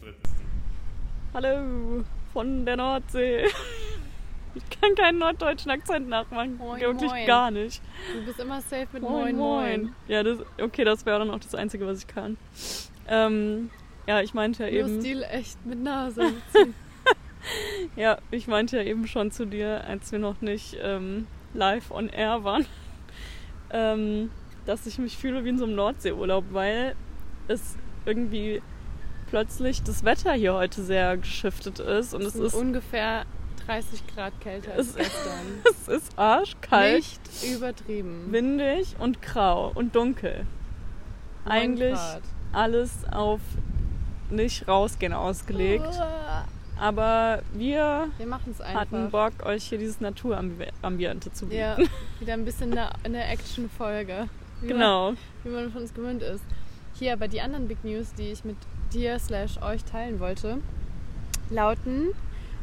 drittens. Hallo, von der Nordsee. Ich kann keinen norddeutschen Akzent nachmachen. Moin, Wirklich moin. gar nicht. Du bist immer safe mit Moin, moin. Ja, das, okay, das wäre dann auch das Einzige, was ich kann. Ähm, ja, ich meinte ja Nur eben. Stil echt mit Nase. ziehen. Ja, ich meinte ja eben schon zu dir, als wir noch nicht ähm, live on air waren, ähm, dass ich mich fühle wie in so einem Nordseeurlaub, weil es irgendwie plötzlich das Wetter hier heute sehr geschiftet ist und es Es sind ist, ungefähr 30 Grad kälter als Es- gestern. es ist arschkalt, Nicht übertrieben. windig und grau und dunkel. Neun Eigentlich Grad. alles auf nicht rausgehen ausgelegt, Uah. aber wir Wir machen es Oh. einfach. hatten Bock, euch hier dieses Naturambiente zu bieten. Ja, wieder ein bisschen eine, eine Action-Folge. Wie Genau. Man, wie man von uns gewöhnt ist. Hier, aber die anderen Big News, die ich mit dir slash euch teilen wollte, lauten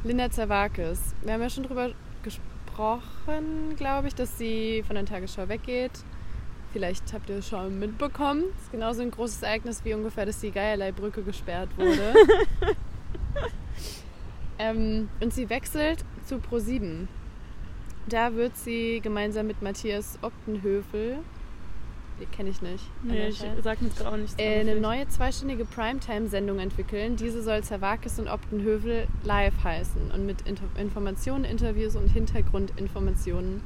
Linda Zerwakis. Wir haben ja schon drüber gesprochen, glaube ich, dass sie von der Tagesschau weggeht. Vielleicht habt ihr es schon mitbekommen. Es ist genauso ein großes Ereignis wie ungefähr, dass die Geierlei-Brücke gesperrt wurde. ähm, und sie wechselt zu ProSieben. Da wird sie gemeinsam mit Matthias Optenhöfel, den kenne ich nicht, Nee, ich anscheinend, sag mir jetzt gerade auch nichts. äh, drauf. eine neue zweistündige Primetime-Sendung entwickeln. Diese soll Zervakis und Optenhövel live heißen und mit Inter Informationen, Interviews und Hintergrundinformationen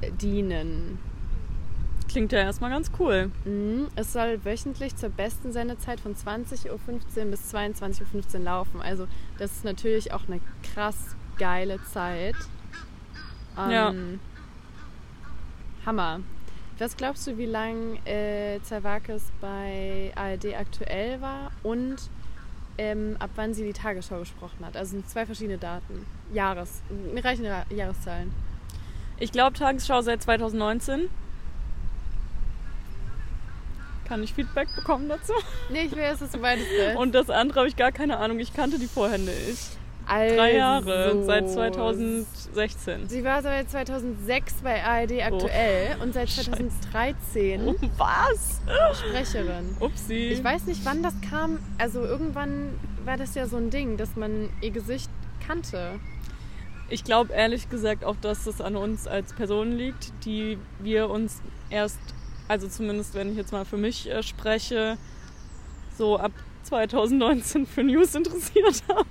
äh, dienen. Klingt ja erstmal ganz cool. Mhm. Es soll wöchentlich zur besten Sendezeit von 20.15 Uhr bis 22.15 Uhr laufen. Also das ist natürlich auch eine krass geile Zeit. Ähm, Ja. Hammer. Was glaubst du, wie lange äh, Zervakis bei ARD aktuell war und ähm, ab wann sie die Tagesschau gesprochen hat? Also sind zwei verschiedene Daten. Jahres. Mir reichen Ra Jahreszahlen. Ich glaube, Tagesschau seit 2019. Kann ich Feedback bekommen dazu? Nee, ich will erst, dass du beides willst. Und das andere habe ich gar keine Ahnung. Ich kannte die vorher nicht. Äh, Also. Drei Jahre, seit 2016. Sie war seit 2006 bei ARD aktuell und seit 2013 Oh, Mhm. was? Sprecherin. Upsi. Ich weiß nicht, wann das kam. Also irgendwann war das ja so ein Ding, dass man ihr Gesicht kannte. Ich glaube ehrlich gesagt auch, dass das an uns als Personen liegt, die wir uns erst, also zumindest wenn ich jetzt mal für mich äh, spreche, so ab 2019 für News interessiert habe.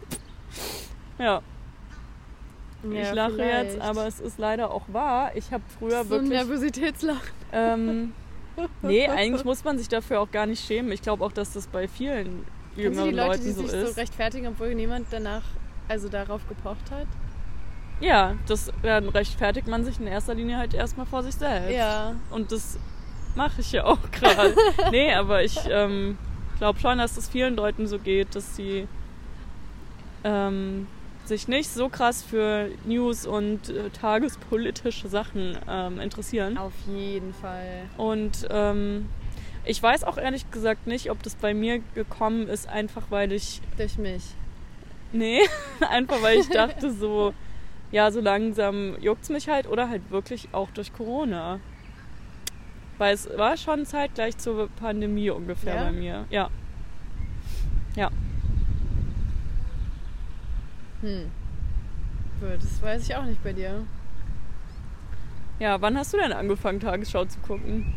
Ja, ich lache jetzt, aber es ist leider auch wahr. Ich habe früher so wirklich. ein Nervositätslachen. Ähm, nee, eigentlich muss man sich dafür auch gar nicht schämen. Ich glaube auch, dass das bei vielen Kennst du die jüngeren Leute, Leuten die so sich ist. so rechtfertigen, obwohl niemand danach, also darauf gepocht hat? ja, das dann rechtfertigt man sich in erster Linie halt erstmal vor sich selbst. Und das mache ich ja auch gerade. nee, aber ich ähm, glaube schon, dass es vielen Leuten so geht, dass sie ähm, sich nicht so krass für News und äh, tagespolitische Sachen ähm, interessieren. Auf jeden Fall. Und ähm, ich weiß auch ehrlich gesagt nicht, ob das bei mir gekommen ist, einfach weil ich. Durch mich. Nee, einfach weil ich dachte, so. Ja, so langsam juckt's mich halt oder halt wirklich auch durch Corona. Weil es war schon zeitgleich zur Pandemie ungefähr Ja? bei mir. Ja. Hm. Gut, Das weiß ich auch nicht bei dir. Ja, wann hast du denn angefangen, Tagesschau zu gucken?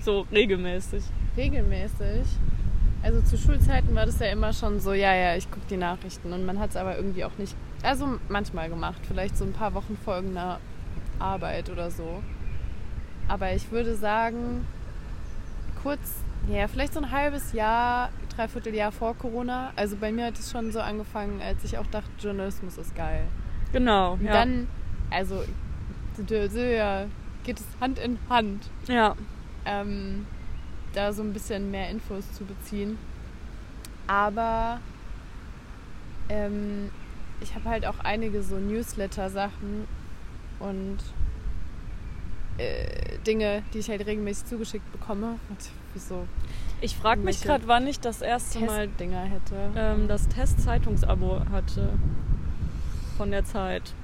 So regelmäßig. regelmäßig. Also zu Schulzeiten war das ja immer schon so, ja, ja, ich gucke die Nachrichten. Und man hat es aber irgendwie auch nicht, also manchmal gemacht, vielleicht so ein paar Wochen folgender Arbeit oder so. Aber ich würde sagen, kurz, ja, vielleicht so ein halbes Jahr, dreiviertel Jahr vor Corona. Also bei mir hat es schon so angefangen, als ich auch dachte, Journalismus ist geil. Genau. Und Ja. dann, also, ja, geht es Hand in Hand ja. ähm, da so ein bisschen mehr Infos zu beziehen. Aber ähm, ich habe halt auch einige so Newsletter-Sachen und äh, Dinge, die ich halt regelmäßig zugeschickt bekomme. Und wieso Ich frage mich Welche gerade, wann ich das erste Mal Testdinger hätte. ähm, das Test-Zeitungsabo hatte. Von der Zeit.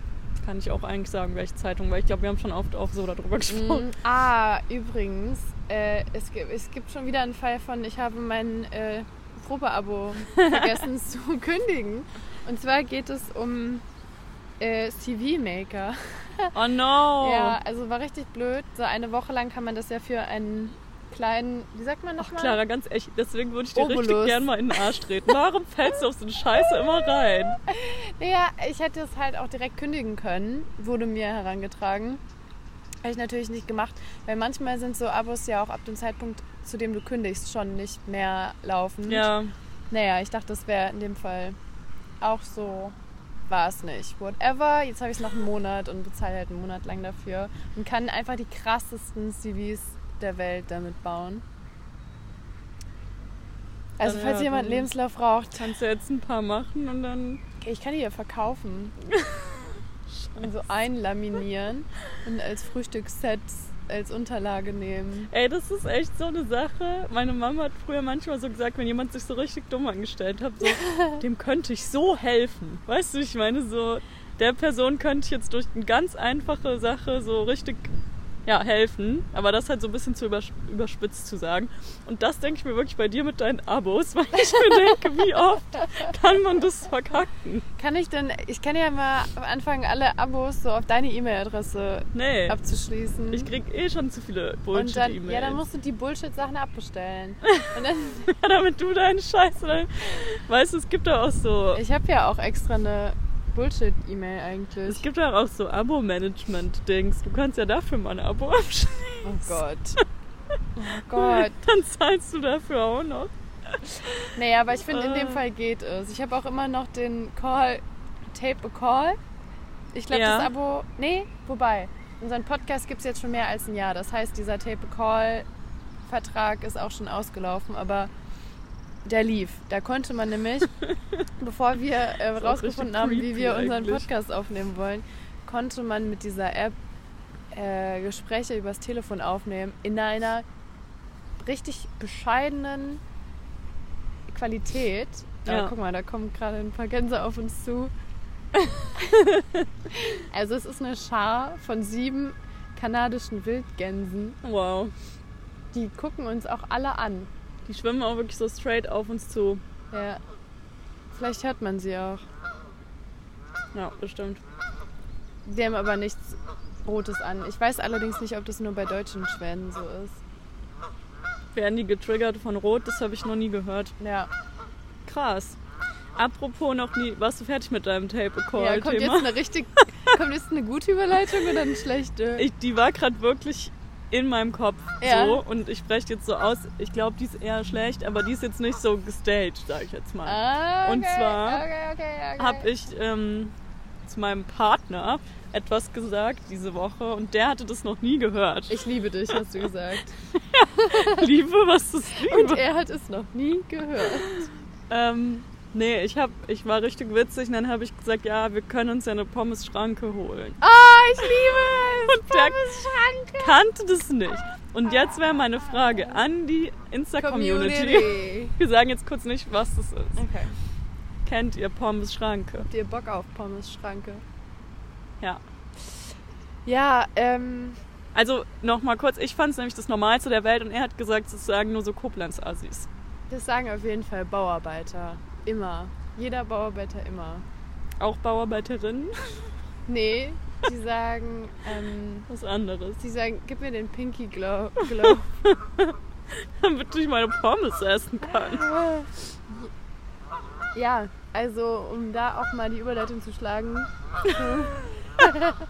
Kann ich auch eigentlich sagen, welche Zeitung, weil ich glaube, wir haben schon oft auch so darüber gesprochen. Mm, Ah, übrigens, äh, es, gibt, es gibt schon wieder einen Fall von, ich habe meinen äh, Probeabo vergessen zu kündigen. Und zwar geht es um äh, CV-Maker. Oh no! Ja, also war richtig blöd. So eine Woche lang kann man das ja für einen kleinen, wie sagt man Ach nochmal? Clara, ganz echt, deswegen würde ich dir richtig Obolus. gern mal in den Arsch treten. Warum fällst du auf so eine Scheiße immer rein? Naja, ich hätte es halt auch direkt kündigen können, wurde mir herangetragen. Habe ich natürlich nicht gemacht, weil manchmal sind so Abos ja auch ab dem Zeitpunkt, zu dem du kündigst, schon nicht mehr laufend. Ja, Naja, ich dachte, das wäre in dem Fall auch so. War es nicht. Whatever. Jetzt habe ich es noch einen Monat und bezahle halt einen Monat lang dafür und kann einfach die krassesten CVs der Welt damit bauen. Also, Ja, falls ja, jemand dann- Lebenslauf braucht, kannst du jetzt ein paar machen und dann. ich kann die ja verkaufen. und so einlaminieren und als Frühstücksset als Unterlage nehmen. Ey, das ist echt so eine Sache. Meine Mama hat früher manchmal so gesagt, wenn jemand sich so richtig dumm angestellt hat, so, dem könnte ich so helfen. Weißt du, ich meine, so, der Person könnte ich jetzt durch eine ganz einfache Sache so richtig, ja, helfen. Aber das halt so ein bisschen zu übersch- überspitzt zu sagen. Und das denke ich mir wirklich bei dir mit deinen Abos, weil ich mir denke, wie oft kann man das verkacken? Kann ich denn, ich kann ja mal am Anfang alle Abos so auf deine E-Mail-Adresse Nee. abzuschließen. Ich krieg eh schon zu viele und dann, Bullshit-E-Mails. ja, dann musst du die Bullshit-Sachen abbestellen. Und dann, Ja, damit du deinen Scheiß. Weißt du, es gibt doch auch so. ich habe ja auch extra eine Bullshit-E-Mail Es eigentlich. gibt doch auch so Abo-Management-Dings. Du kannst ja dafür mal ein Abo abschließen. Oh Gott. Oh Gott. Dann zahlst du dafür auch noch. Naja, aber ich finde, in dem Äh. Fall geht es. Ich habe auch immer noch den Call, Tape a Call. Ich glaube, Ja. das Abo. Nee, wobei. Unseren Podcast gibt es jetzt schon mehr als ein Jahr. Das heißt, dieser Tape a Call-Vertrag ist auch schon ausgelaufen, aber der lief. Da konnte man nämlich, bevor wir äh, Ist auch rausgefunden richtig haben, wie creepy wir unseren eigentlich. Podcast aufnehmen wollen, konnte man mit dieser App äh, Gespräche übers Telefon aufnehmen in einer richtig bescheidenen Qualität. Ja. Aber guck mal, da kommen gerade ein paar Gänse auf uns zu. also es ist eine Schar von sieben kanadischen Wildgänsen. Wow. Die gucken uns auch alle an. Die schwimmen auch wirklich so straight auf uns zu. Ja. Vielleicht hört man sie auch. Ja, bestimmt. Die haben aber nichts Rotes an. Ich weiß allerdings nicht, ob das nur bei deutschen Schwänen so ist. Werden die getriggert von Rot? Das habe ich noch nie gehört. Ja. Krass. Apropos noch nie. Warst du fertig mit deinem ja kommt, jetzt Tape-Call-Thema? eine richtig, kommt jetzt eine gute Überleitung oder eine schlechte? ich, die war gerade wirklich in meinem Kopf Ja. so und ich spreche jetzt so aus. Ich glaube, die ist eher schlecht, aber die ist jetzt nicht so gestaged, sage ich jetzt mal. Ah, okay, Und zwar okay, okay, okay. Hab ich ähm, zu meinem Partner etwas gesagt diese Woche und der hatte das noch nie gehört. Ich liebe dich, hast du gesagt. liebe, was das Und liebe. er hat es noch nie gehört. Ähm, nee, ich, hab, ich war richtig witzig und dann habe ich gesagt, ja, wir können uns ja eine Pommes-Schranke holen. Oh, ich liebe Und der Schranke. kannte das nicht. Und jetzt wäre meine Frage an die Insta-Community. Community. Wir sagen jetzt kurz nicht, was das ist. Okay. Kennt ihr Pommes-Schranke? Habt ihr Bock auf Pommes-Schranke? Ja. Ja, ähm, Also nochmal kurz, ich fand es nämlich das Normalste der Welt und er hat gesagt, es sagen nur so Koblenz-Assis. das sagen auf jeden Fall Bauarbeiter. Immer. Jeder Bauarbeiter immer. Auch Bauarbeiterinnen, Nee, die sagen, ähm, was anderes. die sagen, gib mir den Pinky Glow. Glow. damit ich meine Pommes essen kann. Ja, also um da auch mal die Überleitung zu schlagen.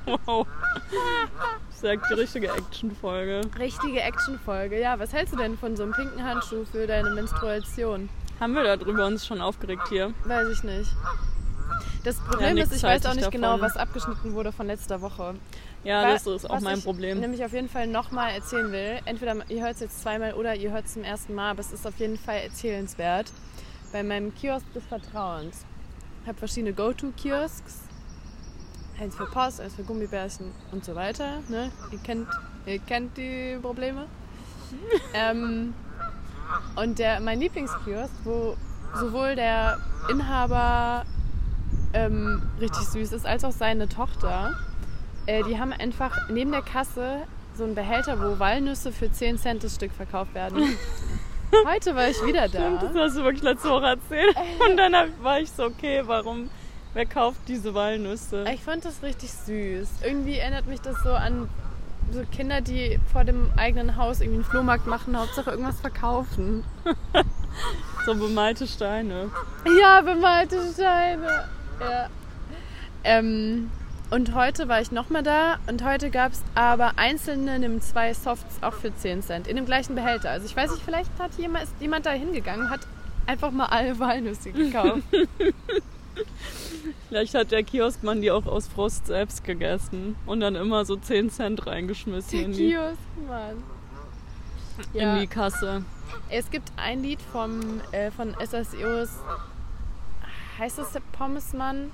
Wow. Ich sag die richtige Action-Folge. Richtige Actionfolge. Ja, was hältst du denn von so einem pinken Handschuh für deine Menstruation? Haben wir darüber uns schon aufgeregt hier? Weiß ich nicht. Das Problem nix ist, ich weiß halte auch ich nicht davon. genau, was abgeschnitten wurde von letzter Woche. Ja, Wa- das ist auch was mein ich Problem. nämlich auf jeden Fall nochmal erzählen will. Entweder ihr hört es jetzt zweimal oder ihr hört es zum ersten Mal, aber es ist auf jeden Fall erzählenswert. Bei meinem Kiosk des Vertrauens. Ich habe verschiedene Go-To-Kiosks. Eins für Post, eins für Gummibärchen und so weiter. Ne? Ihr, kennt, ihr kennt die Probleme. ähm, und der, mein Lieblingskiosk, wo sowohl der Inhaber ähm, richtig süß ist, als auch seine Tochter, äh, die haben einfach neben der Kasse so einen Behälter, wo Walnüsse für 10 Cent das Stück verkauft werden. Heute war ich wieder da. Stimmt, das hast du wirklich letzte Woche erzählt. Und dann hab- war ich so, okay, warum, wer kauft diese Walnüsse? Ich fand das richtig süß. Irgendwie erinnert mich das so an so Kinder, die vor dem eigenen Haus irgendwie einen Flohmarkt machen, Hauptsache irgendwas verkaufen. So bemalte Steine. Ja, bemalte Scheibe. Ja. Ähm, und heute war ich nochmal da und heute gab es aber einzelne nimm zwei Softs auch für 10 Cent in dem gleichen Behälter. Also ich weiß nicht, vielleicht hat jemand, ist jemand da hingegangen und hat einfach mal alle Walnüsse gekauft. Vielleicht hat der Kioskmann die auch aus Frust selbst gegessen und dann immer so 10 Cent reingeschmissen Der in die, Kioskmann. in die Kasse. Es gibt ein Lied vom, äh, von SSIOs. Heißt es Pommesmann?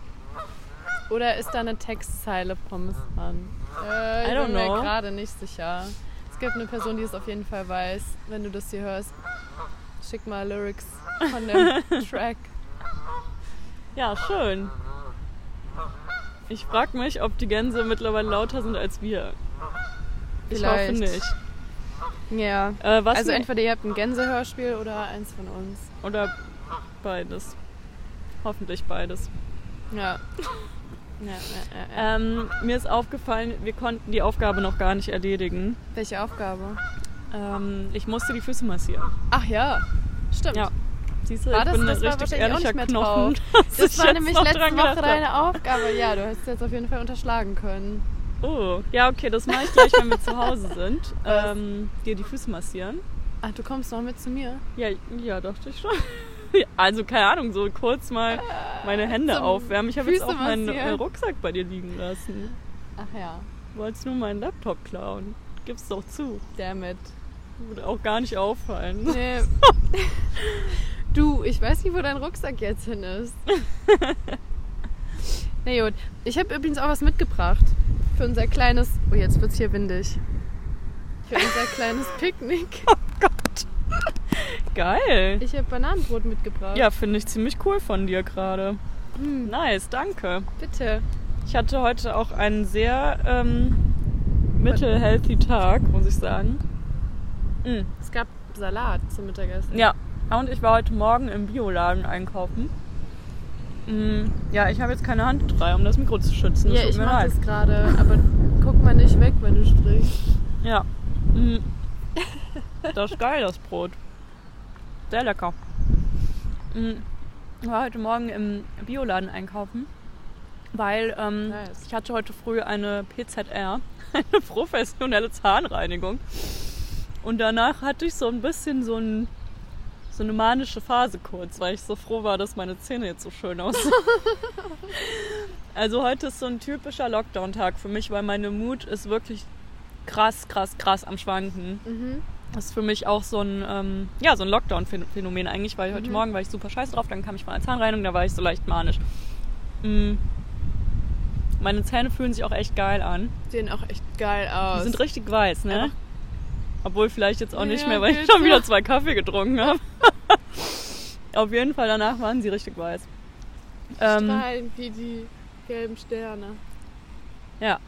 Oder ist da eine Textzeile Pommesmann? Äh, ich I don't bin mir know. gerade nicht sicher. Es gibt eine Person, die es auf jeden Fall weiß. Wenn du das hier hörst, schick mal Lyrics von dem Track. Ja, schön. Ich frage mich, ob die Gänse mittlerweile lauter sind als wir. Ich Vielleicht. hoffe nicht. Ja. Äh, was Also mir- entweder ihr habt ein Gänsehörspiel oder eins von uns. Oder beides. Hoffentlich beides. Ja. ja, ja, ja, ja. Ähm, mir ist aufgefallen, wir konnten die Aufgabe noch gar nicht erledigen. Welche Aufgabe? Ähm, ich musste die Füße massieren. Ach ja, stimmt. Ja. Siehst du, War ich das- bin das ein war richtig wahrscheinlich auch ehrlicher nicht mehr Knochen. dass Das ich war jetzt nämlich noch letzte dran Woche gedacht hab. deine Aufgabe. Ja, du hast jetzt auf jeden Fall unterschlagen können. Oh, ja, okay, das mache ich gleich, wenn wir zu Hause sind. Was? Ähm, dir die Füße massieren. Ach, du kommst noch mit zu mir. Ja, ja, dachte ich schon. Ja, Also, keine Ahnung, so kurz mal meine Hände Zum aufwärmen. Ich habe jetzt Füße auch meinen massieren. äh, Rucksack bei dir liegen lassen. Ach ja, Du wolltest nur meinen Laptop klauen. Gib's doch zu. damn it. Würde auch gar nicht auffallen. Nee. du, ich weiß nicht, wo dein Rucksack jetzt hin ist. Na gut, ich habe übrigens auch was mitgebracht. Für unser kleines. Oh, jetzt wird's hier windig. Für unser kleines Picknick. Geil. Ich habe Bananenbrot mitgebracht. Ja, finde ich ziemlich cool von dir gerade. Hm, Nice, danke. bitte. Ich hatte heute auch einen sehr ähm, mittel-healthy Tag, muss ich sagen. Mm. Es gab Salat zum Mittagessen. Ja, Ah, und ich war heute Morgen im Bioladen einkaufen. Mm, Ja, ich habe jetzt keine Hand frei, um das Mikro zu schützen. Das Ja, tut ich mir mach leid. das gerade, aber guck mal nicht weg, wenn du sprichst. Ja. Mm. Das ist geil, das Brot. Sehr lecker. Mm. Ich war heute Morgen im Bioladen einkaufen, weil ähm, Nice. ich hatte heute früh eine PZR, eine professionelle Zahnreinigung. Und danach hatte ich so ein bisschen so, ein, so eine manische Phase kurz, weil ich so froh war, dass meine Zähne jetzt so schön aussehen. also heute ist so ein typischer Lockdown-Tag für mich, weil meine Mut ist wirklich krass, krass, krass am Schwanken. Mhm. Das ist für mich auch so ein, ähm, ja, so ein Lockdown-Phänomen eigentlich, weil heute Mhm. Morgen war ich super scheiße drauf, dann kam ich von der Zahnreinigung, da war ich so leicht manisch. Mm. Meine Zähne fühlen sich auch echt geil an. Sehen auch echt geil Die aus. sind richtig weiß, ne? Einfach- Obwohl vielleicht jetzt auch nicht Ja, mehr, weil ich geht's schon wieder noch? zwei Kaffee getrunken habe. Auf jeden Fall danach waren sie richtig weiß. Ähm, Strahlen wie die gelben Sterne. ja.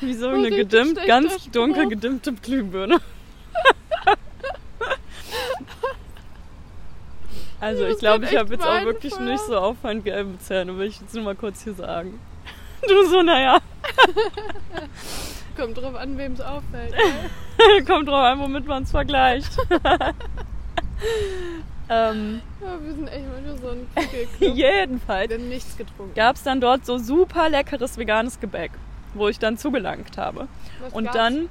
Wie so Oh, eine richtig gedimmt, schlechter ganz Spruch. dunkel gedimmte Glühbirne. Also Das ich glaube, wird ich habe echt jetzt auch wirklich meinvoll. nicht so auffallend gelbe Zähne, will ich jetzt nur mal kurz hier sagen. Du so, naja, Kommt drauf an, wem es auffällt. kommt drauf an, womit man es vergleicht. ähm, Ja, wir sind echt manchmal so ein Pickelclub. jedenfalls Wir haben nichts getrunken. gab es dann dort so super leckeres veganes Gebäck, wo ich dann zugelangt habe. Was Und gab's? dann,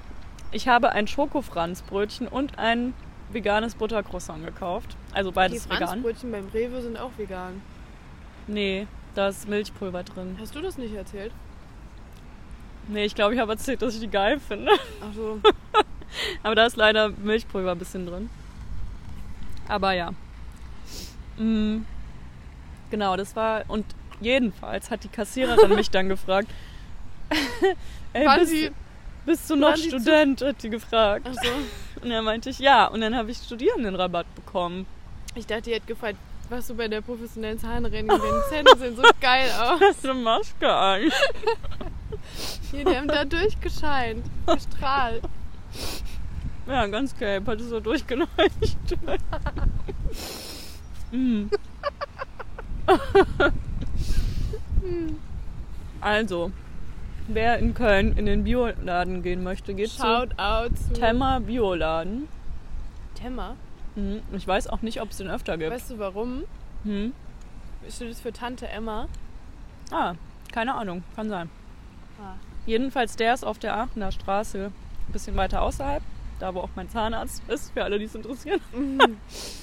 ich habe ein Schokofranzbrötchen und ein veganes Buttercroissant gekauft. Also die beides vegan. Franzbrötchen beim Rewe sind auch vegan. Nee, da ist Milchpulver drin. Hast du das nicht erzählt? Nee, ich glaube, ich habe erzählt, dass ich die geil finde. Ach so. Aber da ist leider Milchpulver ein bisschen drin. Aber ja. Mm, genau, das war. Und jedenfalls hat die Kassiererin mich dann gefragt. Ey, Waren bist, Sie- bist du noch waren Sie zu- Student? Hat die gefragt. Ach so. Und dann meinte ich ja. Und dann habe ich Studierendenrabatt bekommen. Ich dachte, die hätte gefragt, was du bei der professionellen Zahnreinigung, deine Zähne sehen so geil aus. Hast du eine Maske an? Hier, die haben da durchgescheint, gestrahlt. Ja, ganz gelb. Hat es so durchgeläucht. mm. also, wer in Köln in den Bioladen gehen möchte, geht Shout out zu zu Temmer Bioladen. Temma. Hm, Ich weiß auch nicht, ob es den öfter gibt. Weißt du warum? Hm. Steht es für Tante Emma? Ah, keine Ahnung. Kann sein. Ah. Jedenfalls der ist auf der Aachener Straße. Ein bisschen weiter außerhalb. Da, wo auch mein Zahnarzt ist, für alle, die es interessieren. Mhm.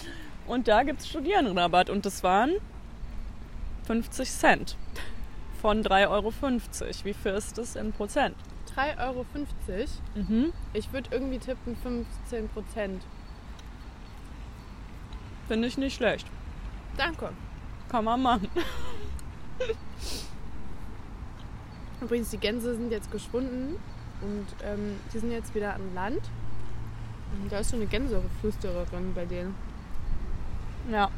Und da gibt es Studierendenrabatt. Und das waren 50 Cent von 3,50 Euro. Wie viel ist das in Prozent? 3,50 Euro. Mhm. Ich würde irgendwie tippen 15 Prozent. Finde ich nicht schlecht. Danke. Kann man machen. Übrigens, die Gänse sind jetzt geschwunden und ähm, die sind jetzt wieder an Land. Und da ist so eine Gänseflüstererin bei denen. Ja.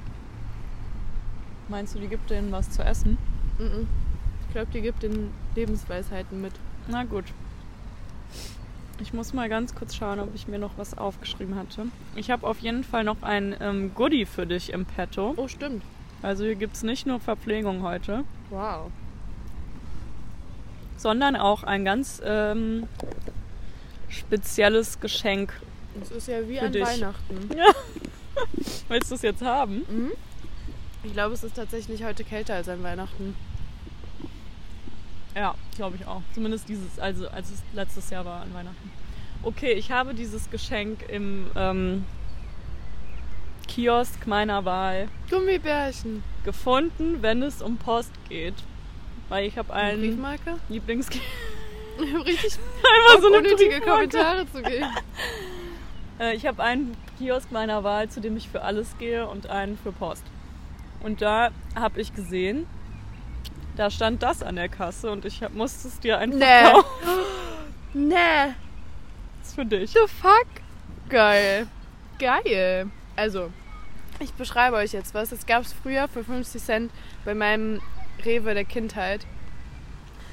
Meinst du, die gibt denen was zu essen? Mhm. Ich glaube, die gibt den Lebensweisheiten mit. Na gut. Ich muss mal ganz kurz schauen, ob ich mir noch was aufgeschrieben hatte. Ich habe auf jeden Fall noch ein ähm, Goodie für dich im Petto. Oh, stimmt. Also hier gibt es nicht nur Verpflegung heute, Wow. sondern auch ein ganz ähm, spezielles Geschenk. Das ist ja wie Für an dich. Weihnachten. Willst du es jetzt haben? Mhm. Ich glaube, es ist tatsächlich heute kälter als an Weihnachten. Ja, glaube ich auch. Zumindest dieses, also als es letztes Jahr war an Weihnachten. Okay, ich habe dieses Geschenk im ähm, Kiosk meiner Wahl Gummibärchen. gefunden, wenn es um Post geht. Weil ich habe Eine einen Briefmarke? Also Lieblingskind. Richtig Einmal so eine unnötige Briefmarke. Kommentare zu geben. Äh, ich habe einen Kiosk meiner Wahl, zu dem ich für alles gehe und einen für Post. Und da habe ich gesehen, da stand das an der Kasse und ich hab, musste es dir einfach Nee. kaufen. Nee. Das ist für dich. The fuck? Geil. Geil. Also, ich beschreibe euch jetzt was. Das gab es früher für 50 Cent bei meinem Rewe der Kindheit.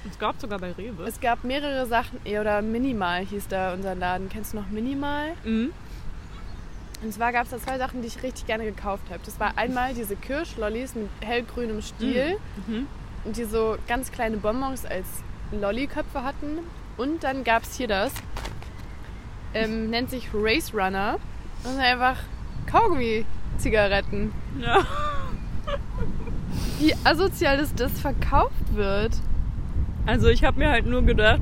Es gab sogar bei Rewe. Es gab mehrere Sachen, eh, oder Minimal hieß da unser Laden. Kennst du noch Minimal? Mhm. Und zwar gab es da zwei Sachen, die ich richtig gerne gekauft habe. Das war einmal diese Kirschlollis mit hellgrünem Stiel, Mhm. und die so ganz kleine Bonbons als Lolliköpfe hatten. Und dann gab es hier das, ähm, nennt sich Race Runner. Das sind einfach Kaugummi-Zigaretten. Ja. Wie asozial dass das verkauft wird. Also ich habe mir halt nur gedacht,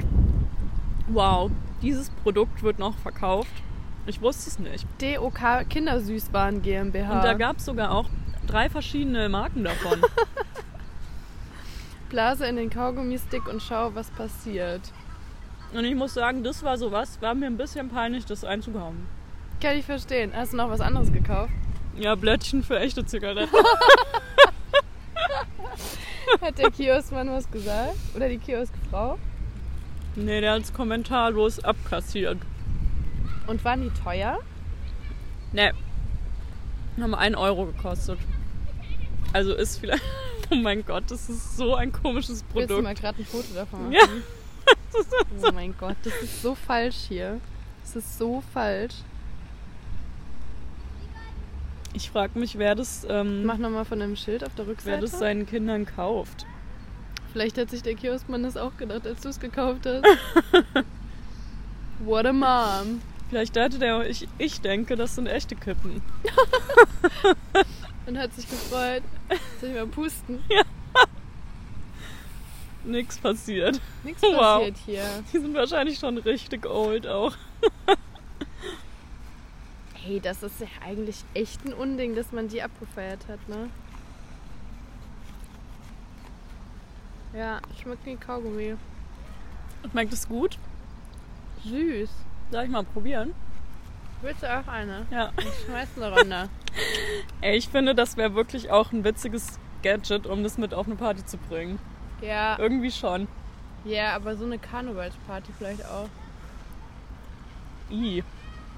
wow, dieses Produkt wird noch verkauft. Ich wusste es nicht. DOK Kindersüßbahn GmbH. Und da gab es sogar auch drei verschiedene Marken davon. Blase in den Kaugummistick und schau, was passiert. Und ich muss sagen, das war sowas, war mir ein bisschen peinlich, das einzukaufen. Kann ich verstehen. Hast du noch was anderes gekauft? Ja, Blättchen für echte Zigaretten. Hat der Kioskmann was gesagt? Oder die Kioskfrau? nee, der hat's kommentarlos abkassiert. Und waren die teuer? Nee. Haben 1 Euro gekostet. Also ist vielleicht. Oh mein Gott, das ist so ein komisches Willst du mal Produkt. gerade ein Foto davon machen? Ja. Oh mein Gott, das ist so falsch hier. Das ist so falsch. Ich frage mich, wer das, ähm, Mach nochmal von dem Schild auf der wer Rückseite. das seinen Kindern kauft. Vielleicht hat sich der Kioskmann das auch gedacht, als du es gekauft hast. What a mom. Vielleicht dachte der, ich, ich denke, das sind echte Kippen. Und hat sich gefreut. Soll ich mal pusten? Nix passiert. Nichts Wow. passiert hier. Die sind wahrscheinlich schon richtig old auch. Hey, das ist ja eigentlich echt ein Unding, dass man die abgefeiert hat, ne? Ja, schmeckt wie Kaugummi. Schmeckt es gut? Süß. Darf ich mal probieren? Willst du auch eine? Ja. Ich schmeiß eine Runde. Ey, ich finde, das wäre wirklich auch ein witziges Gadget, um das mit auf eine Party zu bringen. ja, Irgendwie schon. ja, aber so eine Karnevalsparty vielleicht auch. I.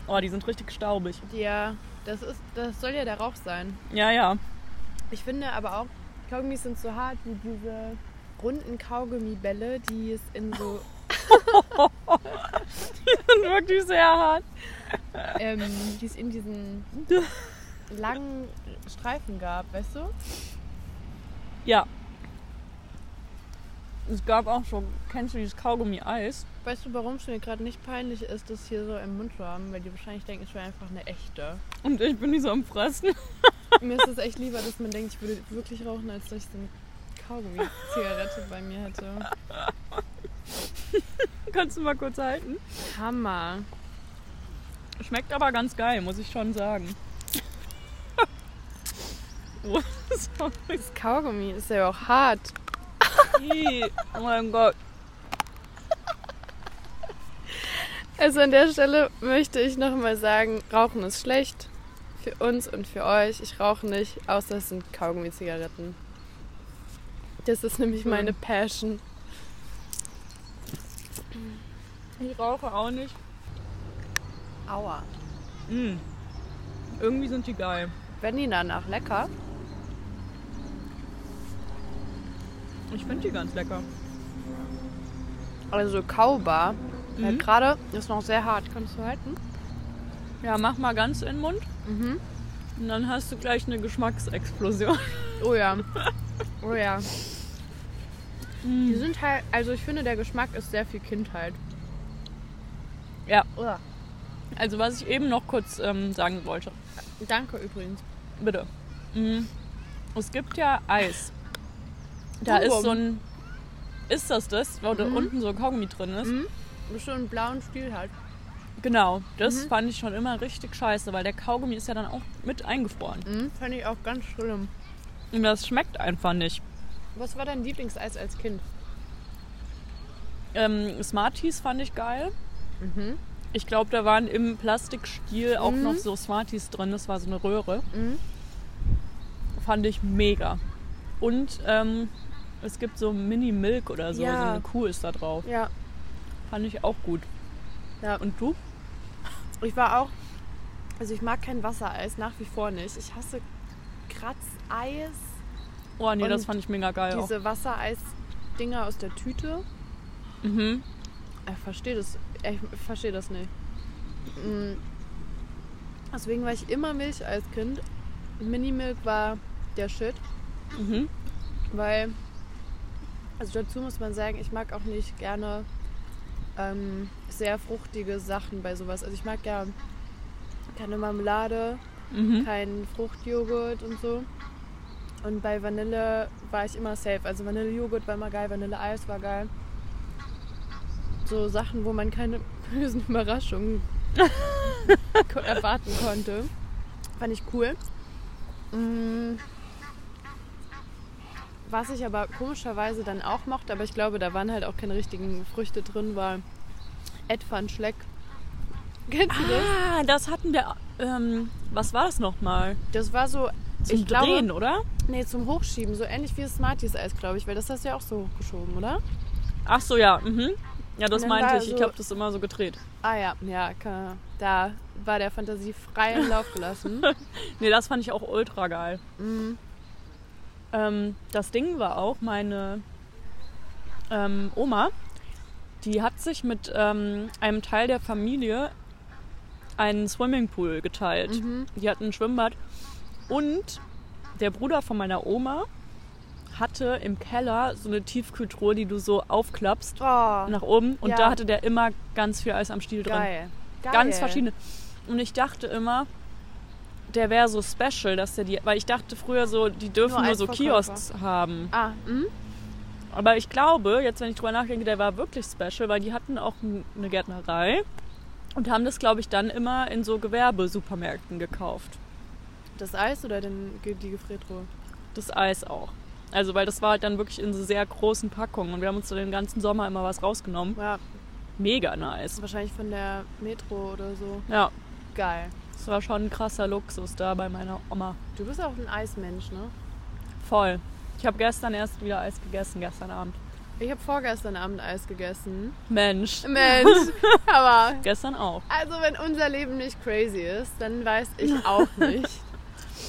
Oh, die sind richtig staubig. Ja, das ist, das soll ja der Rauch sein. Ja, ja. Ich finde aber auch, Kaugummis sind so hart wie diese runden Kaugummibälle, die es in so Die sind wirklich sehr hart. ähm, die es in diesen langen Streifen gab, weißt du? Ja. Es gab auch schon, kennst du dieses Kaugummi-Eis? Weißt du, warum es mir gerade nicht peinlich ist, das hier so im Mund zu haben? Weil die wahrscheinlich denken, ich wäre einfach eine echte. Und ich bin die so am Fressen. mir ist es echt lieber, dass man denkt, ich würde wirklich rauchen, als dass ich so eine Kaugummi-Zigarette bei mir hätte. Kannst du mal kurz halten? Hammer. Schmeckt aber ganz geil, muss ich schon sagen. Oh, sorry. Das Kaugummi ist ja auch hart. Ih, Oh mein Gott. Also an der Stelle möchte ich nochmal sagen, Rauchen ist schlecht. Für uns und für euch. Ich rauche nicht, außer es sind Kaugummi-Zigaretten. Das ist nämlich Schön. meine Passion. Ich rauche auch nicht. Aua. Mm. Irgendwie sind die geil. Wenn die danach lecker. Ich finde die ganz lecker. Also kaubar. Weil Mhm. gerade ist noch sehr hart. Kannst du halten? Ja, mach mal ganz in den Mund Mhm. und dann hast du gleich eine Geschmacksexplosion. Oh ja. Oh ja. Mhm. Die sind halt, also ich finde, der Geschmack ist sehr viel Kindheit. Ja. Uah. Also was ich eben noch kurz ähm, sagen wollte. Danke übrigens. Bitte. Mm. Es gibt ja Eis. Da ist Kaugummi. so ein... Ist das das, wo da unten so Kaugummi drin ist? Mhm. Bist du einen blauen Stiel halt. Genau, Mhm. das fand ich schon immer richtig scheiße, weil der Kaugummi ist ja dann auch mit eingefroren. Mhm. Fand ich auch ganz schlimm. Und das schmeckt einfach nicht. Was war dein Lieblingseis als Kind? Ähm, Smarties fand ich geil. Mhm. Ich glaube, da waren im Plastikstiel auch Mhm. noch so Smarties drin. Das war so eine Röhre. Mhm. Fand ich mega. Und ähm, es gibt so Mini-Milk oder so. Ja. So eine Kuh ist da drauf. Ja. Fand ich auch gut. Ja. Und du? Ich war auch. Also ich mag kein Wassereis, nach wie vor nicht. Ich hasse Kratzeis, Oh nee, Und das fand ich mega geil auch. diese Wassereis-Dinger aus der Tüte. Mhm. Ich verstehe das. Ich verstehe das nicht. Mm. Deswegen war ich immer Milcheiskind. Minimilk war der Shit, Mhm. weil also dazu muss man sagen, ich mag auch nicht gerne ähm, sehr fruchtige Sachen bei sowas. Also ich mag ja keine Marmelade, Mhm. keinen Fruchtjoghurt und so. Und bei Vanille war ich immer safe. Also Vanillejoghurt war immer geil, Vanilleeis war geil. So Sachen, wo man keine bösen Überraschungen ko- erwarten konnte. Fand ich cool. Mm. Was ich aber komischerweise dann auch mochte, aber ich glaube, da waren halt auch keine richtigen Früchte drin, war Edfan-Schleck. Kennst du das? Ah, das hatten wir. Ähm, was war das nochmal? Das war so, Zum ich glaube, Drehen, oder? Nee, zum Hochschieben, so ähnlich wie das Smarties-Eis, glaube ich, weil das hast du ja auch so hochgeschoben, oder? Ach so, ja. Mhm. Ja, das dann war meinte ich. so- ich habe das immer so gedreht. Ah ja, ja, ka- da war der Fantasie freien Lauf gelassen. Nee, das fand ich auch ultra geil. Mhm. Ähm, das Ding war auch, meine ähm, Oma, die hat sich mit ähm, einem Teil der Familie einen Swimmingpool geteilt. Mhm. Die hatten ein Schwimmbad. Und der Bruder von meiner Oma hatte im Keller so eine Tiefkühltruhe, die du so aufklappst Oh, nach oben. Und Ja. da hatte der immer ganz viel Eis am Stiel drin. geil. geil. Ganz verschiedene. Und ich dachte immer, der wäre so special, dass der die. Weil ich dachte früher so, die dürfen Nur nur, ein so Verkäufer. Kiosks haben. Ah, mhm. Aber ich glaube, jetzt wenn ich drüber nachdenke, der war wirklich special, weil die hatten auch n- eine Gärtnerei und haben das, glaube ich, dann immer in so Gewerbesupermärkten gekauft. das Eis oder den, ge- die Gefriertruhe? Das Eis auch. Also, weil das war halt dann wirklich in so sehr großen Packungen und wir haben uns so den ganzen Sommer immer was rausgenommen. Ja, Mega nice. wahrscheinlich von der Metro oder so. Ja, Geil. das war schon ein krasser Luxus da bei meiner Oma. Du bist auch ein Eismensch, ne? Voll. Ich habe gestern erst wieder Eis gegessen, gestern Abend. Ich habe vorgestern Abend Eis gegessen. Mensch. Mensch, aber Gestern auch. Also wenn unser Leben nicht crazy ist, dann weiß ich auch nicht.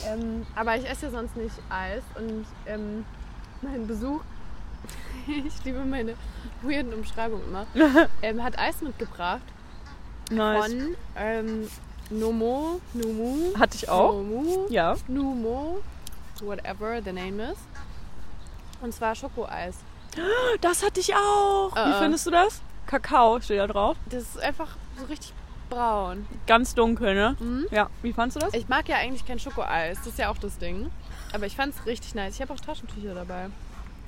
ähm, aber ich esse ja sonst nicht Eis und ähm, mein Besuch, ich liebe meine weirden Umschreibungen immer, ähm, hat Eis mitgebracht Nice. von ähm, Nomo, Numu. Hatte ich auch. Nomu, Ja. Numo, whatever the name is. Und zwar Schokoeis. Das hatte ich auch. Äh, äh. Wie findest du das? Kakao steht da drauf. Das ist einfach so richtig braun. Ganz dunkel, ne? Mhm. Ja. Wie fandst du das? Ich mag ja eigentlich kein Schokoeis. Das ist ja auch das Ding. Aber ich fand's richtig nice. Ich habe auch Taschentücher dabei.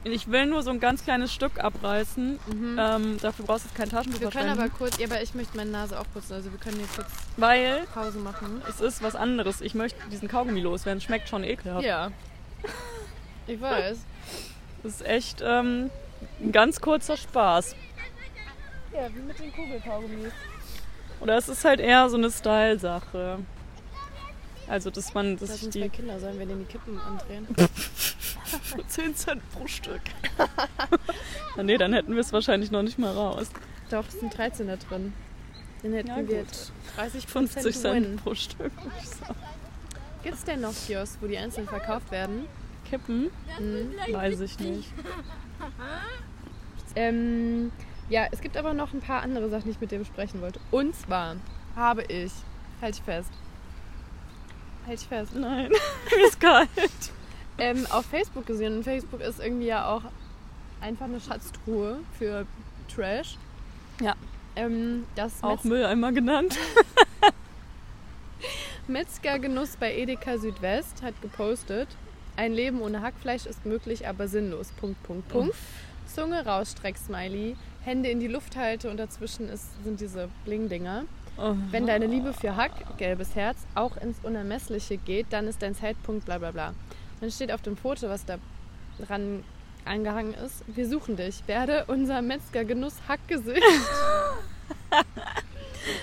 Ich will nur so ein ganz kleines Stück abreißen. Ähm, dafür brauchst du jetzt kein Taschentuch Mhm. Wir können aber verschwenden. kurz. Ja, aber ich möchte meine Nase auch putzen. Also wir können jetzt kurz Weil Pause machen. es ist was anderes. Ich möchte diesen Kaugummi loswerden. Schmeckt schon ekelhaft. Ja. Ich weiß. Das ist echt ähm, ein ganz kurzer Spaß. Ja, wie mit den Kugelkaugummis. Oder es ist halt eher so eine Style-Sache. Also, dass man, dass Das ich sind zwei die Kinder. Sollen wir denen die Kippen andrehen? 10 Cent pro Stück. Na nee, dann hätten wir es wahrscheinlich noch nicht mal raus. Doch, es sind 13er drin. Dann hätten Ja, wir gut. jetzt 30, 50 Gewinn. Cent pro Stück. würde ich sagen. Gibt es denn noch Kiosks, wo die einzeln verkauft werden? Kippen? Mhm. Hm, Weiß ich nicht. Ähm, ja, es gibt aber noch ein paar andere Sachen, die ich mit dir besprechen wollte. Und zwar habe ich, halt ich fest, halt ich fest, Nein, mir ist kalt. ähm, auf Facebook gesehen. Und Facebook ist irgendwie ja auch einfach eine Schatztruhe für Trash. Ja. Ähm, das Auch Metz Mülleimer genannt. Metzgergenuss bei Edeka Südwest hat gepostet, ein Leben ohne Hackfleisch ist möglich, aber sinnlos. Punkt, Punkt, Punkt. Zunge rausstreck, Smiley. Hände in die Luft halte und dazwischen ist, sind diese Bling-Dinger. Oh. Wenn deine Liebe für Hack, gelbes Herz, auch ins Unermessliche geht, dann ist dein Zeitpunkt bla bla bla. Dann steht auf dem Foto, was da dran angehangen ist, wir suchen dich, werde unser Metzgergenuss Hackgesicht.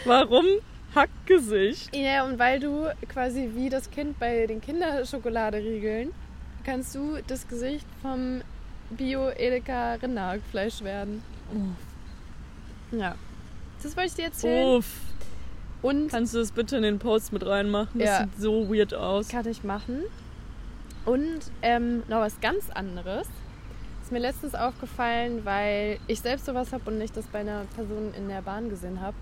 Warum Hackgesicht? Ja, und weil du quasi wie das Kind bei den Kinderschokoladeriegeln, kannst du das Gesicht vom Bio-Edeka Rinderhackfleisch werden. Ja. Das wollte ich dir erzählen. Uff. Und Kannst du das bitte in den Post mit reinmachen? Das Ja. sieht so weird aus. kann ich machen. Und ähm, noch was ganz anderes. Ist mir letztens aufgefallen, weil ich selbst sowas habe und nicht das bei einer Person in der Bahn gesehen habe.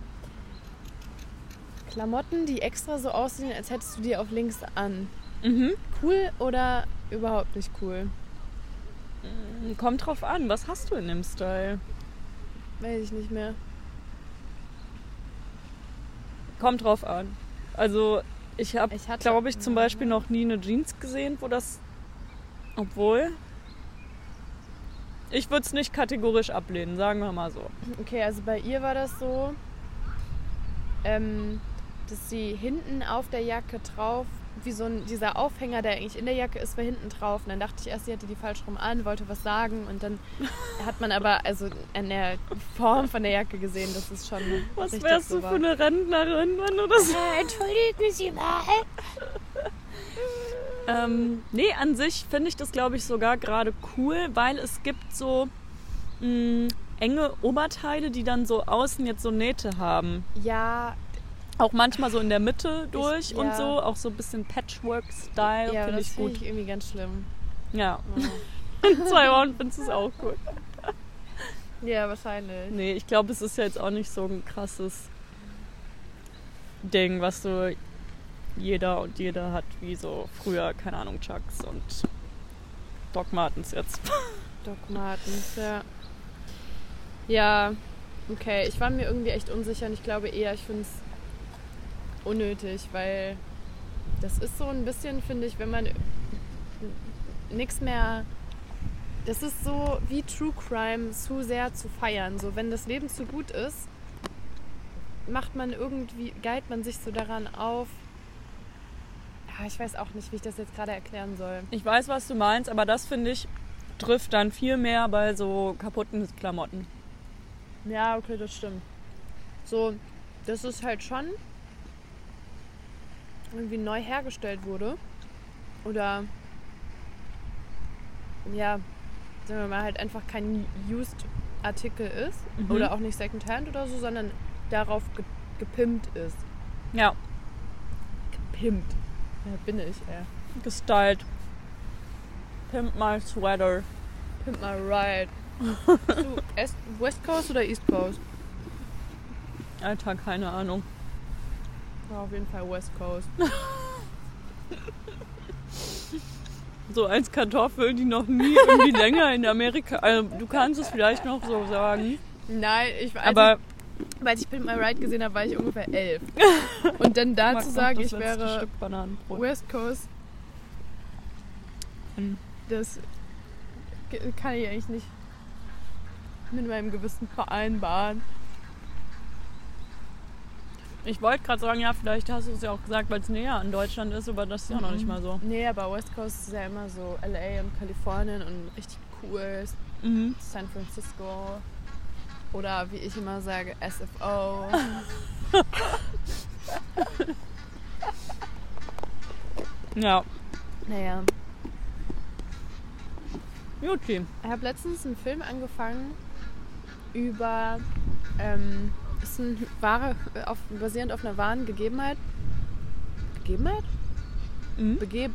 Klamotten, die extra so aussehen, als hättest du die auf links an. Mhm. cool oder überhaupt nicht cool? Kommt drauf an, was hast du in dem Style? Weiß ich nicht mehr. Kommt drauf an. Also, ich habe, Ich hatte- glaube ich, zum Beispiel noch nie eine Jeans gesehen, wo das. Obwohl. Ich würde es nicht kategorisch ablehnen, sagen wir mal so. Okay, also bei ihr war das so, ähm, dass sie hinten auf der Jacke drauf, wie so ein, dieser Aufhänger, der eigentlich in der Jacke ist, war hinten drauf. Und dann dachte ich erst, sie hatte die falsch rum an, wollte was sagen. Und dann hat man aber also an der Form von der Jacke gesehen, dass es schon. Was richtig wärst so du war. für eine Rentnerin, wenn du das. Entschuldigen Sie mal. Ähm, nee, an sich finde ich das, glaube ich, sogar gerade cool, weil es gibt so mh, enge Oberteile, die dann so außen jetzt so Nähte haben. Ja, Auch manchmal so in der Mitte durch und ja. so. Auch so ein bisschen Patchwork-Style ja finde das ich finde gut. ich irgendwie ganz schlimm. Ja. In zwei Jahren findest du es auch gut. Ja, wahrscheinlich. Nee, ich glaube, es ist ja jetzt auch nicht so ein krasses Ding, was so jeder und jeder hat, wie so früher, keine Ahnung, Chucks und Doc Martens jetzt. Doc Martens, ja. Ja, okay. Ich war mir irgendwie echt unsicher und ich glaube eher, ich finde es unnötig, weil das ist so ein bisschen, finde ich, wenn man nichts mehr. Das ist so wie True Crime zu sehr zu feiern. So, wenn das Leben zu gut ist, macht man irgendwie, geilt man sich so daran auf. Ah, Ich weiß auch nicht, wie ich das jetzt gerade erklären soll. Ich weiß, was du meinst, aber das finde ich trifft dann viel mehr bei so kaputten Klamotten. Ja, okay, das stimmt. So, das ist halt schon irgendwie neu hergestellt wurde. Oder ja, sagen wir mal, halt einfach kein Used-Artikel ist. Mhm. Oder auch nicht Secondhand oder so, sondern darauf ge gepimpt ist. Ja, Gepimpt. Ja, bin ich, ey. gestylt. Pimp my sweater. Pimp my ride. Bist du Est- West Coast oder East Coast? Alter, keine Ahnung. War auf jeden Fall West Coast. So als Kartoffel, die noch nie irgendwie länger in Amerika. Also, du kannst es vielleicht noch so sagen. Nein, ich weiß Aber Weil ich Pimp My Ride gesehen habe, war ich ungefähr elf. Und dann Mag dazu noch sagen, das ich letzte wäre Stück Bananenbrot. West Coast, Hm. das ge- kann ich eigentlich nicht mit meinem Gewissen vereinbaren. Ich wollte gerade sagen, ja, vielleicht hast du es ja auch gesagt, weil es näher an Deutschland ist, aber das ist ja noch nicht mal so. Nee, aber West Coast ist ja immer so LA und Kalifornien und richtig cool, Mhm. San Francisco oder wie ich immer sage, SFO. Ja, naja. Juti. Ich habe letztens einen Film angefangen über ähm, ist ein wahre, auf, basierend auf einer wahren Gegebenheit. Gegebenheit? Mhm. Begeb,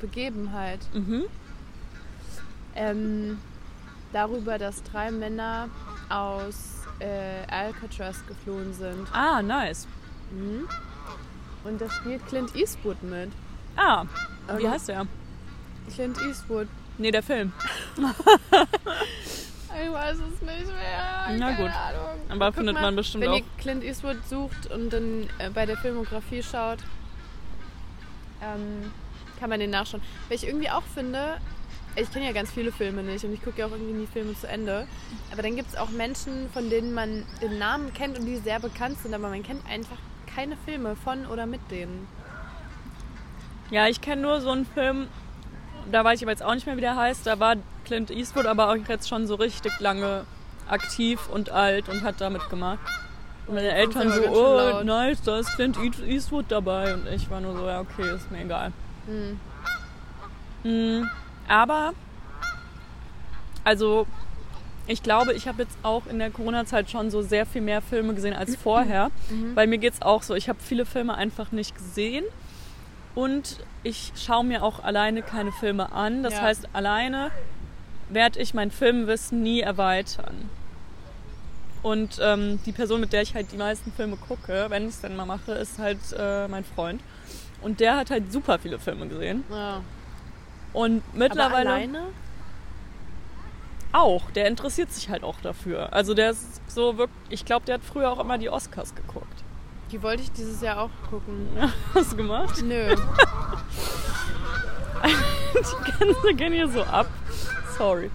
Begebenheit. Mhm. Ähm, darüber, dass drei Männer aus äh, Alcatraz geflohen sind. Ah, nice. Mhm. Und da spielt Clint Eastwood mit. Ah, wie Ähm, heißt der? Clint Eastwood. Nee, der Film. Ich weiß es nicht mehr. Na Keine gut. Ahnung. Aber findet man bestimmt wenn auch. Wenn ihr Clint Eastwood sucht und dann äh, bei der Filmografie schaut, ähm, kann man den nachschauen. Weil ich irgendwie auch finde, ich kenne ja ganz viele Filme nicht und ich gucke ja auch irgendwie nie Filme zu Ende. Aber dann gibt es auch Menschen, von denen man den Namen kennt und die sehr bekannt sind, aber man kennt einfach keine Filme von oder mit denen. Ja, ich kenne nur so einen Film, da weiß ich aber jetzt auch nicht mehr, wie der heißt. Da war Clint Eastwood aber auch jetzt schon so richtig lange aktiv und alt und hat da mitgemacht. Und meine jetzt Eltern kommt's so, aber ganz schön oh, laut." nice, da ist Clint Eat- Eastwood dabei. Und ich war nur so, ja, okay, ist mir egal. Hm. Hm, Aber, also, ich glaube, ich habe jetzt auch in der Corona-Zeit schon so sehr viel mehr Filme gesehen als vorher. Mhm. Weil mir geht's auch so. Ich habe viele Filme einfach nicht gesehen. Und ich schaue mir auch alleine keine Filme an. Das Ja. heißt, alleine werde ich mein Filmwissen nie erweitern. Und ähm, die Person, mit der ich halt die meisten Filme gucke, wenn ich es denn mal mache, ist halt äh, mein Freund. Und der hat halt super viele Filme gesehen. Ja. Und mittlerweile aber alleine? auch. Der interessiert sich halt auch dafür. Also der ist so wirklich. Ich glaube, der hat früher auch immer die Oscars geguckt. Die wollte ich dieses Jahr auch gucken. Hast du gemacht? Nö. Die ganze gehen hier so ab. Sorry.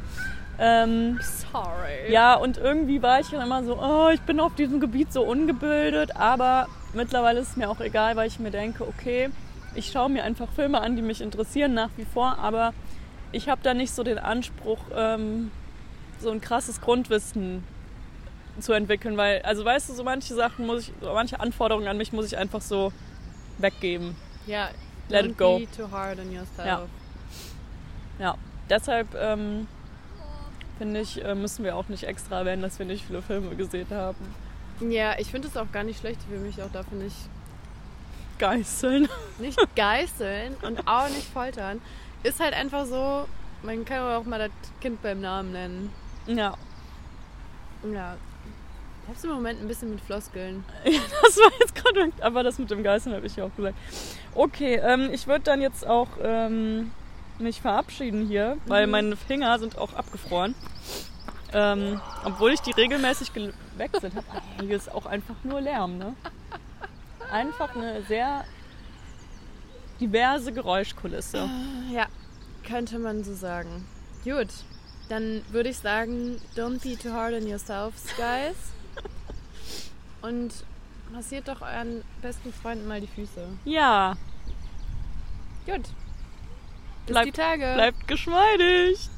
Ähm, Sorry. ja, und irgendwie war ich dann immer so, oh, ich bin auf diesem Gebiet so ungebildet, aber mittlerweile ist es mir auch egal, weil ich mir denke, okay, ich schaue mir einfach Filme an, die mich interessieren nach wie vor, aber ich habe da nicht so den Anspruch, ähm, so ein krasses Grundwissen zu entwickeln, weil, also weißt du, so manche Sachen muss ich, so manche Anforderungen an mich muss ich einfach so weggeben. Ja. Let don't it go. Be too hard on yourself. Ja. Ja, deshalb ähm, finde ich, äh, müssen wir auch nicht extra erwähnen, dass wir nicht viele Filme gesehen haben. Ja, ich finde es auch gar nicht schlecht. Ich will mich auch dafür nicht, Geißeln. nicht geißeln und auch nicht foltern. Ist halt einfach so, man kann aber auch mal das Kind beim Namen nennen. Ja, Ja. Ich hab's im Moment ein bisschen mit Floskeln. das war jetzt gerade, aber das mit dem Geißeln habe ich ja auch gesagt. Okay, ähm, ich würde dann jetzt auch ähm, mich verabschieden hier, weil meine Finger sind auch abgefroren. Ähm, obwohl ich die regelmäßig gewechselt habe. Ah, Hier ist auch einfach nur Lärm, ne? Einfach eine sehr diverse Geräuschkulisse. Ja, könnte man so sagen. Gut, dann würde ich sagen, don't be too hard on yourselves, guys. Und massiert doch euren besten Freunden mal die Füße. Ja, Gut. Bis Bleibt- die Tage. bleibt geschmeidig.